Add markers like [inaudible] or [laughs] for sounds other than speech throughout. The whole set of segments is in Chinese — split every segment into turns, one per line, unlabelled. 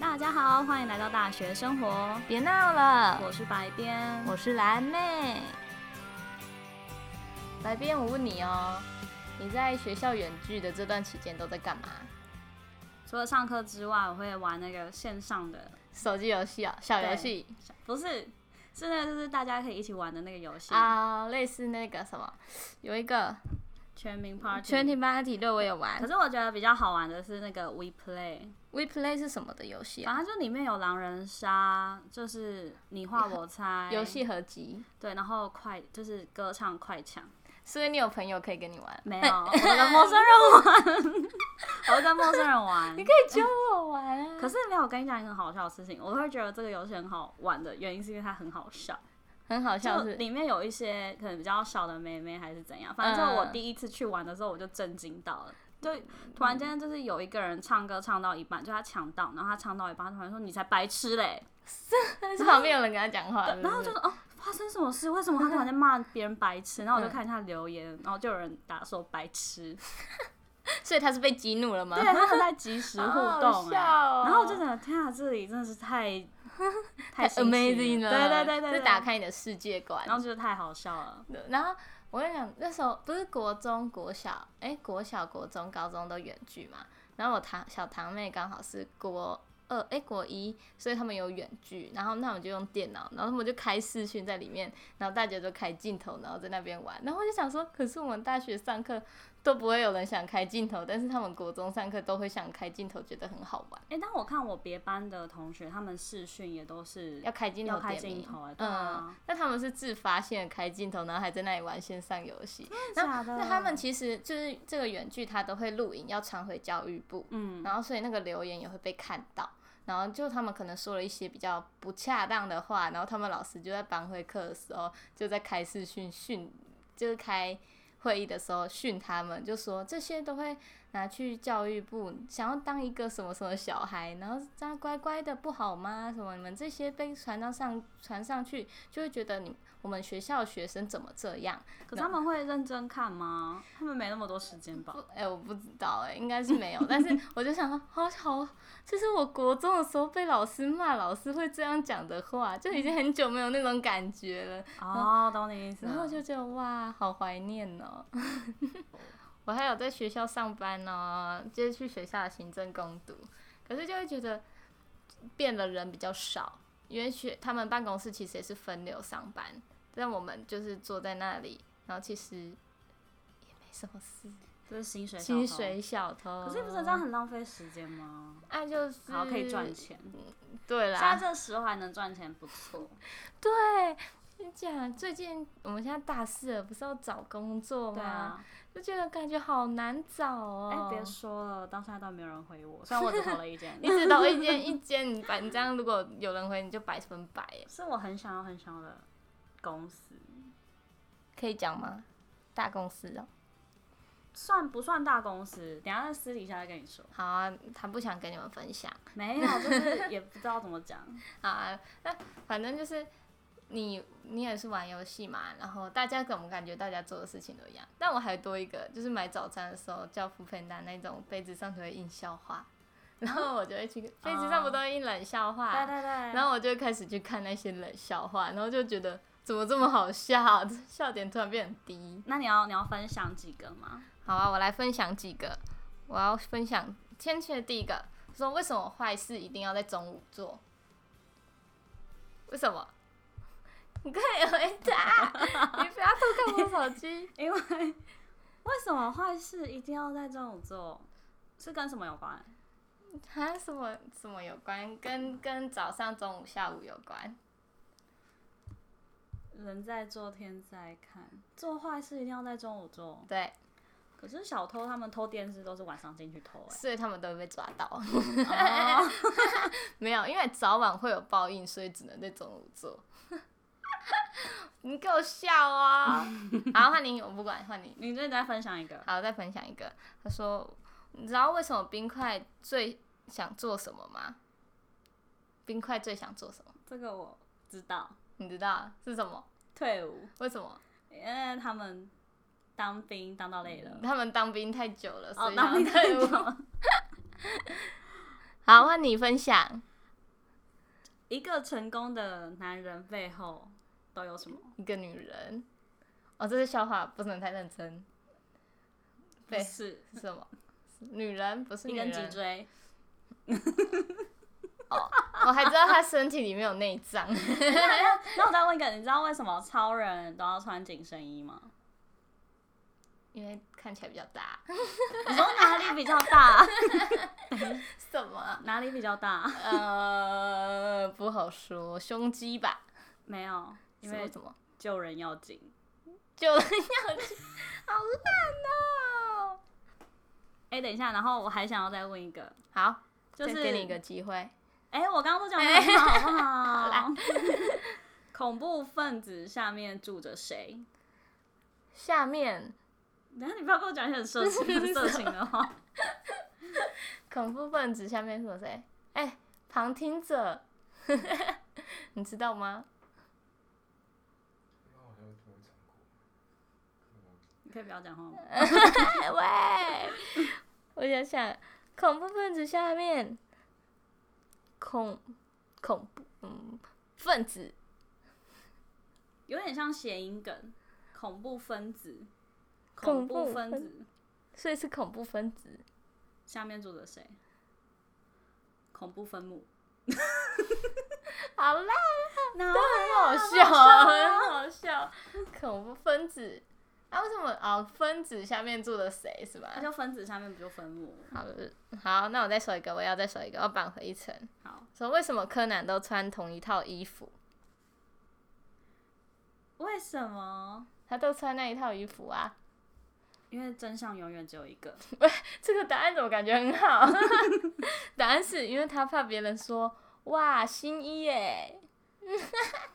大家好，欢迎来到大学生活，
别闹了，
我是白边。
我是蓝妹。来边，我问你哦，你在学校远距的这段期间都在干嘛？
除了上课之外，我会玩那个线上的，
手机游戏啊，小游戏
不是，是那个就是大家可以一起玩的那个游戏，
啊，类似那个什么，有一个
嗯全民 Party。
全体班体对我有玩
可。是我觉得比较好玩的是那个 We Play，
We Play 是什么的游戏啊？
反正就里面有狼人杀，就是你画我猜
游，戏合集，
对，然后快就是歌唱快抢，
所以你有朋友可以跟你玩，
没
[laughs]
有，我都跟陌生人玩， [laughs] 我都跟陌生人
[laughs]
玩。
可以教我玩啊。
可是没有，我跟你讲一个很好笑的事情，我会觉得这个游戏很好玩的原因是因为它很好笑，
很好笑，
就是里面有一些可能比较小的妹妹还是怎样，反正就我第一次去玩的时候我就震惊到了。就突然间，就是有一个人唱歌唱到一半，就他抢到，然后他唱到一半，他突然说：“你才白痴嘞
但是旁边有人跟他讲话，！”
然后我就
是不是
说：“哦，发生什么事？为什么他突然间骂别人白痴？”然后我就看一下留言，然后就有人打说“白痴
所以他是被激怒了”，吗？
对，啊他们在及时互动、哎
然
然后我就想，天啊，这里真的是
[laughs]
太太新奇
amazing 了，
对对对对，对
就打，开你的世界观。
然后就太好笑了。
然后我跟你讲，那时候不是国中、国小，哎、国小、国中、高中都远距嘛。然后我堂小堂妹刚好是国二，哎、国一，所以他们有远距。然后那我们就用电脑，然后他们就开视讯在里面，然后大家都开镜头，然后在那边玩。然后我就想说，可是我们大学上课都不会有人想开镜头，但是他们国中上课都会想开镜头，觉得很好玩，
哎、但我看我别班的同学，他们视讯也都是
要开镜头
要开
点名
镜头哎对啊
嗯，那他们是自发性的开镜头，然后还在那里玩线上游戏。
假的
那他们其实就是这个远距，他都会录影，要传回教育部，
嗯，
然后所以那个留言也会被看到，然后就他们可能说了一些比较不恰当的话，然后他们老师就在班会课的时候就在开视讯训，就是开会议的时候训他们，就说这些都会拿去教育部，想要当一个什么什么小孩，然后这样乖乖的不好吗？什么你们这些被传到上传上去，就会觉得你我们学校的学生怎么这样？
可是他们会认真看吗？他们没那么多时间吧？
不哎、我不知道哎、应该是没有。但是我就想说，好好，这是我国中的时候被老师骂，老师会这样讲的话，就已经很久没有那种感觉了。
哦，懂你意思了。
然后就觉得哇，好怀念哦。 [laughs] 我还有在学校上班呢、就是去学校的行政攻读，可是就会觉得变的人比较少，因为学他们办公室其实也是分流上班，但我们就是坐在那里，然后其实也没什么事。
就是薪水小偷
薪。水小偷，
可是不是这样很浪费时间吗？
啊，就是
好，可以赚，钱。
对
现在
啦，
这时候还能赚钱，不错。
对。跟你讲，最近我们现在大四了，不是要找工作吗？
对啊，
就觉得感觉好难找
哎、
哦。
别、说了，到现在都没有人回我，虽然我只投了一
[laughs]，
件
一直都一间一间，你把你这样，如果有人回，你就百分百耶。
是我很想要很想要的公司，
可以讲吗？大公司哦。
算不算大公司？等一下在私底下再跟你说。
好啊，他不想跟你们分享。
没 [laughs] 有，就是也不知道怎么讲。
好啊，那反正就是你你也是玩游戏嘛，然后大家怎么感觉大家做的事情都一样？但我还多一个，就是买早餐的时候叫福佩丹那种杯子上就会印笑话， [laughs] 然后我就会去杯子上不都会印冷
[laughs]
笑
[laughs]
话，
对对
然后我就会开始去看那些冷笑话，然后就觉得怎么这么好笑， [laughs] 笑点突然变很低。
那你要你要分享几个吗？
好啊，我来分享几个。我要分享天气的第一个，说为什么坏事一定要在中午做？为什么？你快点回答！你不要偷看我手机。
因为为什么坏事一定要在中午做？是跟什么有关？
它什么什么有关？跟跟早上、中午、下午有关？
人在做天在看，做坏事一定要在中午做。
对，
可是小偷他们偷电视都是晚上进去偷、
所以他们都会被抓到。 [laughs]
[laughs] 哎、哦
没有，因为早晚会有报应，所以只能在中午做。 [laughs] 你给我笑啊、好，换你，我不管，换你。
你最近再分享一个，
好，再分享一个，他说，你知道为什么冰块最想做什么吗？冰块最想做什么？
这个我知道，
你知道是什么？
退伍，
为什么？
因为他们当兵当到累了，
他们当兵太久了，所
哦，
[laughs] 以他
当
们
兵太
退
久
伍。
了。
好，换你分享。
[laughs] 一个成功的男人背后都有什么？
一个女人。哦，这是笑话，不能太认真。
不
对
是
是什么？女人不是
一
女
根脊
人。
椎， [laughs]
我还知道她身体里面有内脏，
那我再问一个，你知道为什么超人都要穿紧身衣吗？
因为看起来比较大。 [laughs]
你说哪里比较大？ [laughs]
什么啊？
哪里比较大？
呃，不好说，胸肌吧？
没有，因
什
为
么什么？
救人要紧。
就要去，好烂哦、
哎、等一下，然后我还想要再问一个，
好，
就
再
是
给你一个机会。
哎、我刚刚都讲完了，好不
[laughs]
好？ [laughs] 恐怖分子下面住着谁？
下面
等一下你不要跟我讲一些很色情、很色情的
[laughs]
话。
恐怖分子下面是有谁？哎、旁听者， [laughs] 你知道吗？
那好像没有讲过，
你可以不要讲话吗？
哎喂，我想想，恐怖分子下面恐恐怖嗯分子
有点像谐音梗，恐怖分子，
恐
恐
怖
怖分
分
子
所以是恐怖分子。
下面住着谁？恐怖分母。
好啦，
那
很好笑，啊很好笑。恐怖分子啊？为什么哦？分子下面住的谁是吧
它？就分子下面不就分母？
好好，那我再说一个，我要再说一个，我扳回一城。
好，
说为什么柯南都穿同一套衣服？
为什么？
他都穿那一套衣服啊？
因为真相永远只有一个。
[laughs] 这个答案怎么感觉很好？ [laughs] 答案是因为他怕别人说哇新衣耶。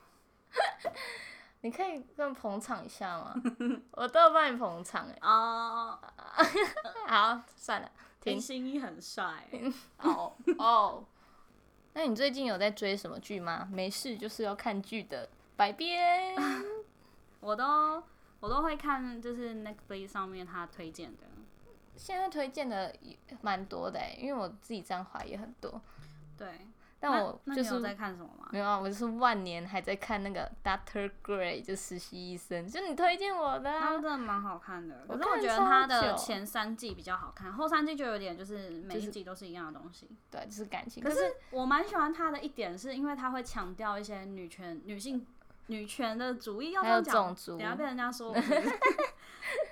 [laughs] 你可以跟捧场一下 [laughs] 吗？我都有帮你捧场哎。
哦，
好，算了，停
林。心一很帅欸，
哦哦，那你最近有在追什么剧吗？没事，就是要看剧的。白边
我都我都会看，就是 Netflix 上面他推荐的。
现在推荐的也蛮多的欸，因为我自己这样滑也很多，
对，
但
那
我
那
就
你有
是
在看什么吗？
没有啊，我就是万年还在看那个 Doctor Gray，就实习医生，就你推荐我的、
它
啊
真，的蛮好看的，
我
可是我
看
觉得
超
它的
久
前三季比较好看，后三季就有点就是每
就
一
是
集都是一样的东西。
对，啊就是感情。
可
可
是我蛮喜欢它的一点，是因为它会强调一些女权、女性、女权的主义，要这
还有
样讲，
种族
等下被人家
[laughs]
说我是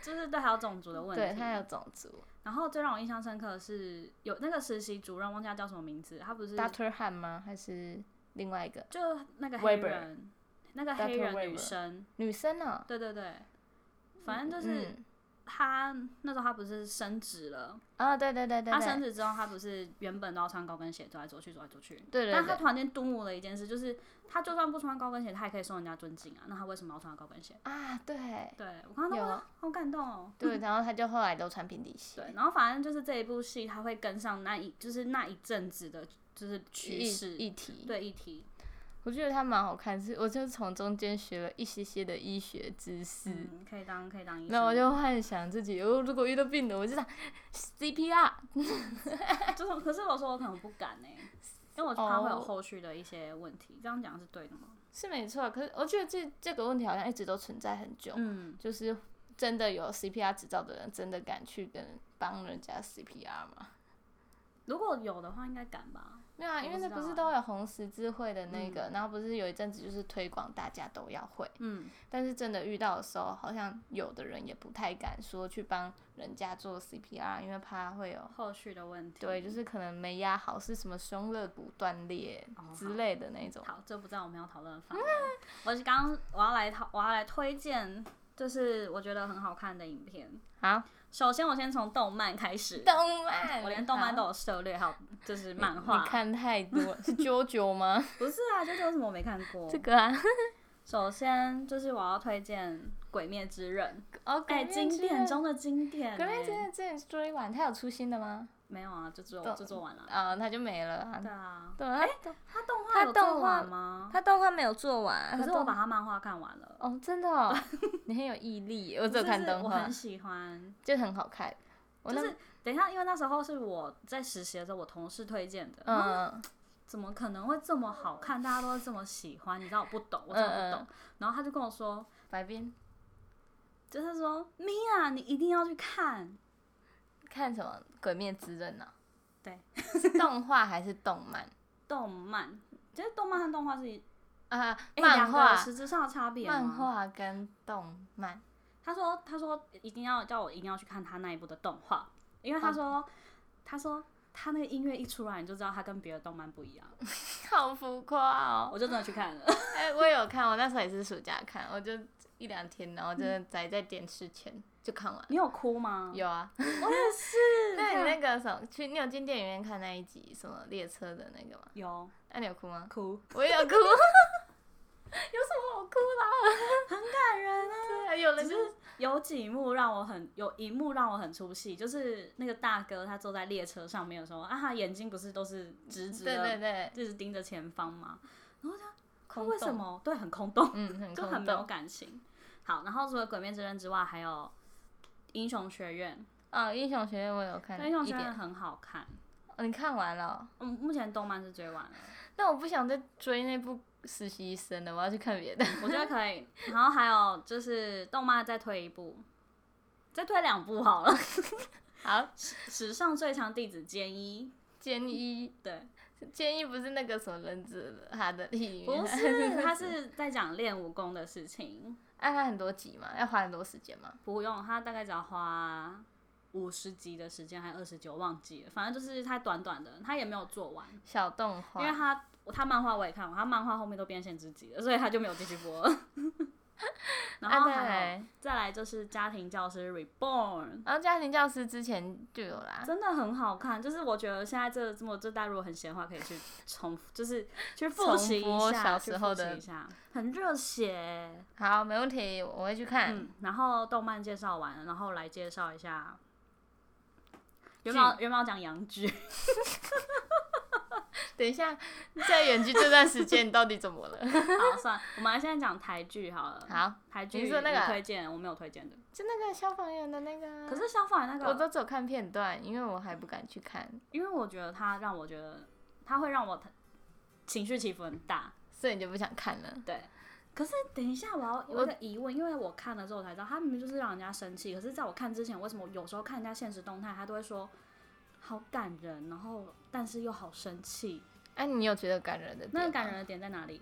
就是对，还有种族的问
对，
题。
他有种族
然后最让我印象深刻的是有那个实习主任，忘记他叫什么名字，他不是
，Doctor Han 吗？还是另外一个
就那个黑
Weber
人，那个黑
Dr.
人女
Weber
生，
女生呢、
对对对，反正就是
嗯
他、那时候他不是升职了。
啊，对对对对
他升
对，
职之后，他不是原本都要穿高跟鞋走来走去，走来走去。
对对
但他
对
突然间顿悟了一件事，就是他就算不穿高跟鞋，他也可以受人家尊敬啊。那他为什么要穿高跟鞋？
啊，对
对我刚刚都
有啊
哇好感动哦。 [laughs]
对，然后他就后来都穿平底鞋。
对，然后反正就是这一部戏，他会跟上那一就是那一阵子的，就是趋
议
势
议题。
对议题。
我觉得它蛮好看，是我就从中间学了一些些的医学知识。
嗯，可以当可以当医
那我
生，
就幻想自己，哦，如果遇到病人，我就想 CPR。
[laughs] 就是可是我说我可能不敢呢、因为我怕会有
哦
后续的一些问题。这样讲是对的吗？
是没错，可是我觉得这这个问题好像一直都存在很久，
嗯，
就是真的有 CPR 执照的人，真的敢去跟帮人家 CPR 吗？
如果有的话，应该敢吧。
没有啊，因
我不
为那
知
不
道
是
啊
都有红十字会的那个，然后不是有一阵子就是推广大家都要会，
嗯，
但是真的遇到的时候，好像有的人也不太敢说去帮人家做 CPR，因为怕会有
后续的问题。
哦对，就是可能没压好，是什么胸肋骨断裂
哦
之类的那种。
好，这不在我们要讨论的范围。我是刚刚我要来讨，我要来推荐，就是我觉得很好看的影片。
好，
首先，我先从动漫开始，啊
动漫，
我连动漫
好
都有涉猎，还有就是
你
漫画
你。看太多，是 JoJo 吗？
[laughs] 不是啊，这就是为什么我没看过
这。个啊，
首先就是我要推荐《鬼灭之刃
哦，》，
哎，
鬼灭
经
之
典
刃。
中的经典
鬼灭之
欸。
刃之前追完，它有出新的吗？
没有啊，就做
动
就做完了。
啊，它就没了啊。
对啊，
对，它
他
动
动画
它
有
动
做
画
完吗？
它动画没有做
可
完，
是
它
我
动
把他漫画看完了。
哦，真
[laughs]
的哦，你很有毅力。我
不
只有
是
看
是
动
我
画
很，喜欢。
就很好看。我
就
那
是等一下，因为那时候是我在实习的时候，我同事推荐的。然后
嗯，
怎么可能会这么好看？大家都会这么喜欢，你知道我不懂，我真的不懂。然后他就跟我说，
嗯白冰
就是说米娅，你一定要去看。
看什么《鬼灭之刃》呢？
对，
是 [laughs] 动画还是动漫
动漫，其实动漫和动画是一
啊？
哎
漫
两个有
画、
实质上的差别吗
漫画跟动漫， [laughs]
他说他说一定要叫我一定要去看他那一部的动画，因
哦
为他说、他说他那个音乐一出来，你就知道他跟别的动漫不一样。
好浮夸哦！
我就真的去看
[laughs]
了，
哎、我有看，我那时候也是暑假看，我就一两天，然后真的宅在电视前、就看完。
你有哭吗？
有啊，
嗯我也是。
[laughs] 那你那个什么，去你有进电影院看那一集什么列车的那个吗？
有
那、你有
[laughs]
哭吗？
哭，
我也有哭，有 [laughs] 什么好哭啦？
很感人啊。
[laughs] 对啊，有人
只
就是
是有几幕让我很有一幕让我很出戏，就是那个大哥他坐在列车上面的时候，啊，他眼睛不是都是直直
对
的，
对
[laughs]
对，
一直盯着前方嘛。他
空
啊为什
洞？
么？对，很空洞，
嗯，很
就
空
很没有
洞。
感情。好，然后除了《鬼灭之刃》之外，还有《英雄学院》
哦，英雄学院我有看
对，《英雄
嗯一
学院
点，》
很好看。
哦你看完了哦、
嗯，目前动漫是追完了，
但我不想再追那部实习医生了，我要去看别的。 [laughs]
我觉得可以。然后还有就是动漫再推一部，再推两部好了，《
好，
史上最强弟子坚一
建议》
对。
建议不是那个什么人子他的里面，
不
[laughs]
是，他是在讲练武功的事情。
按啊他很多集嘛，要花很多时间嘛。
不用，他大概只要花五十集的时间，还二十集，我忘记了。反正就是他短短的，他也没有做完，
小动
因为
画，
他他漫画我也看过，他漫画后面都变限制级了，所以他就没有继续播了。 [laughs] 然后
啊再
还有、
来
再来就是家庭教师 Reborn。
然后家庭教师之前就有啦，
真的很好看，就是我觉得现在这这么这大家如果很闲的话，可以去重复，就是去复习
重
一
播
下，
小
去
时
复
候
习
的
一下，很热血。
好，没问题，我会去看。
嗯，然后动漫介绍完了，然后来介绍一下。原本要原本要讲洋剧， [laughs]
等一下，在远距这段时间，你到底怎么了？ [laughs]
好算了，我们来现在讲台剧好了。
好，
台剧
你说那个
你推荐，我没有推荐的。
就那个消防员的那个啊、
可是相反那
我
个，
都只有看片段，因为我还不敢去看，
因为我觉得它让我觉得，它会让我情绪起伏很大。
所以你就不想看了。
对，可是等一下我要有一个疑问，因为我看了之后才知道，他明明就是让人家生气，可是在我看之前，为什么有时候看人家现实动态，他都会说好感人，然后但是又好生气，
哎、你有觉得感人的？
那个感人，的点在哪里？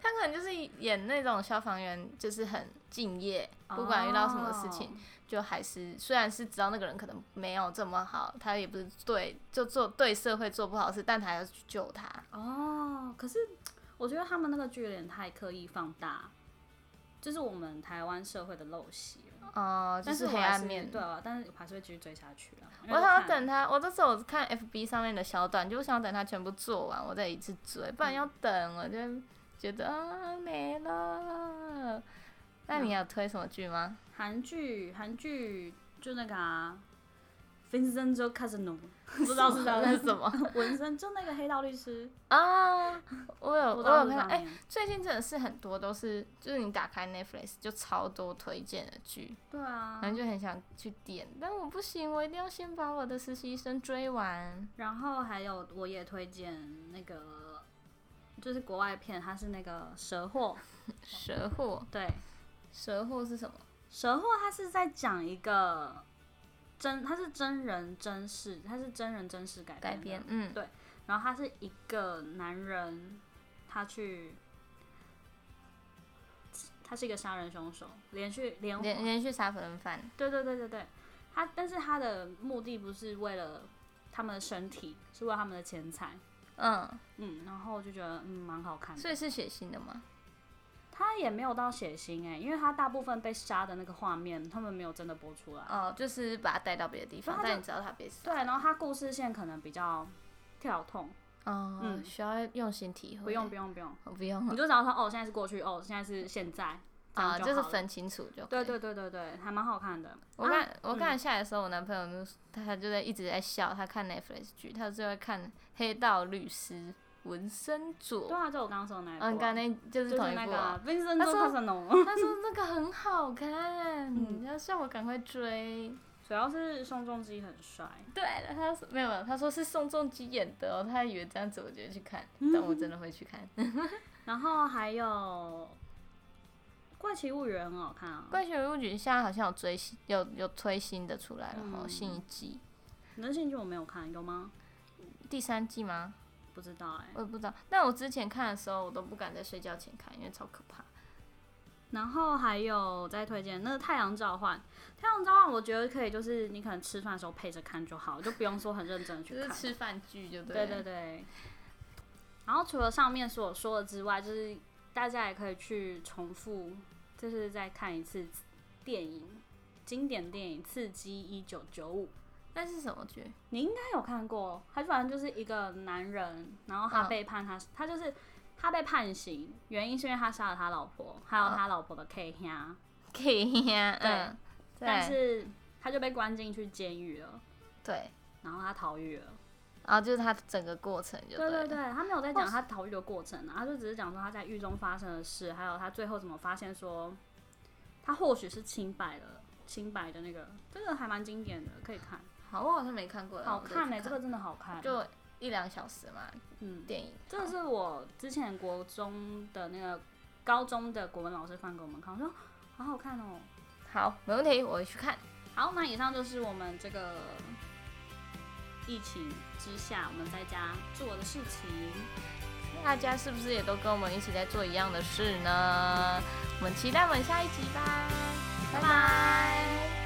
他可能就是演那种消防员，就是很敬业，不管遇到什么事情，
哦
就还是虽然是知道那个人可能没有这么好，他也不是对就做对社会做不好事，但他还要去救他。
哦。哦，可是我觉得他们那个剧有点太刻意放大，就是我们台湾社会的陋习了。
哦、就
但是我
黑
还
暗
是
面。
对啊，但是我还是会继续追下去啦。因为
我想要
看
等他，我都是我看 FB 上面的小短，就我想等他全部做完，我再一次追，
嗯
不然要等我就觉得啊没了。那你要推什么剧吗？
韩剧，韩剧就那个啊。Vincenzo Casano，不知道是
什
啥
么 [laughs] 那是什么
纹身，就那个黑道律师，
啊？ [laughs] 我有
不
我
知道
有
是
看，
哪
哎、
里。
最近真的是很多都是，就是你打开 Netflix 就超多推荐的剧，
对啊，
然后就很想去点，但我不行，我一定要先把我的实习生追完。
然后还有我也推荐那个，就是国外片，它是那个蛇祸，
蛇祸，
对，
蛇祸是什么？
蛇祸它是在讲一个真，它是真人真事，它是真人真事改编
改
的
编，嗯，
然后他是一个男人，他去，他是一个杀人凶手，连续连
连连续杀人犯。
对对对对对，他但是他的目的不是为了他们的身体，是为了他们的钱财。
嗯，
嗯，然后我就觉得嗯蛮好看
所
的。
以是血腥的吗？
他也没有到血腥哎、因为他大部分被杀的那个画面，他们没有真的播出来。
哦，就是把他带到别的地
对
方，
他就
但你知道他被死。
对，然后他故事线可能比较跳痛，
哦，
嗯
需要用心体会。
不用不用不用，
哦，不用
你就只要说哦，现在是过去哦，现在是现在，这样
啊，
就是好了。
分清楚就。
对。对对对对，还蛮好看的。
我
啊
刚、我刚才下来的时候，我男朋友就他就在一直在笑，他看 Netflix 剧，他就会看《黑道律师文森佐
对》。啊，就我刚刚说的那一部啊，
嗯，刚才
就
就
是是
同一
那
部
个
啊。
啊 Vincent
他说
Casano，嗯
他说那个很好看，你要叫我赶快追。
主要是宋仲基很帅，
对了，他说没有没有，他说是宋仲基演的哦，他以为这样子我就会去看，但我真的会去看。
嗯然后还有《怪奇物语》很好看啊，
怪奇物语现在好像有追新，有有推新的出来了哈，
嗯
新一季、
你的兴趣我没有看，有吗？
第三季吗？
不知道哎、
我也不知道。但我之前看的时候，我都不敢在睡觉前看，因为超可怕。
然后还有再推荐那个《太阳召唤》，《太阳召唤》我觉得可以，就是你可能吃饭的时候配着看就好，就不用说很认真的去
就
看。
是吃饭剧，就
对
对
对
了。
对。然后除了上面所说的之外，就是大家也可以去重复，就是再看一次电影，经典电影《刺激一九九五》，
那是什么 [laughs] 剧？
你应该有看过。他反正就是一个男人，然后他被判他、他就是他被判刑，原因是因为他杀了他老婆，还有
嗯
他老婆的 K 兄，
可以呀，嗯，对
但是他就被关进去监狱了，
对，
然后他逃狱了。
然后就是它整个过程就
对
了。
对，他没有在
哇
讲
塞
他逃狱的过程啊，他就只是讲说他在狱中发生的事，还有他最后怎么发现说他或许是清白的，清白的那个，这个还蛮经典的，可以看，
好，我好像没呃看过，
好看
没
呢、这个真的好看，
就一两小时嘛，
嗯，
电影。
这是我之前国中的那个高中的国文老师放给我们看，我说好好看哦。
好，没问题，我会去看。
好，那以上就是我们这个疫情之下我们在家做的事情。
大家是不是也都跟我们一起在做一样的事呢？我们期待我们下一集吧，拜拜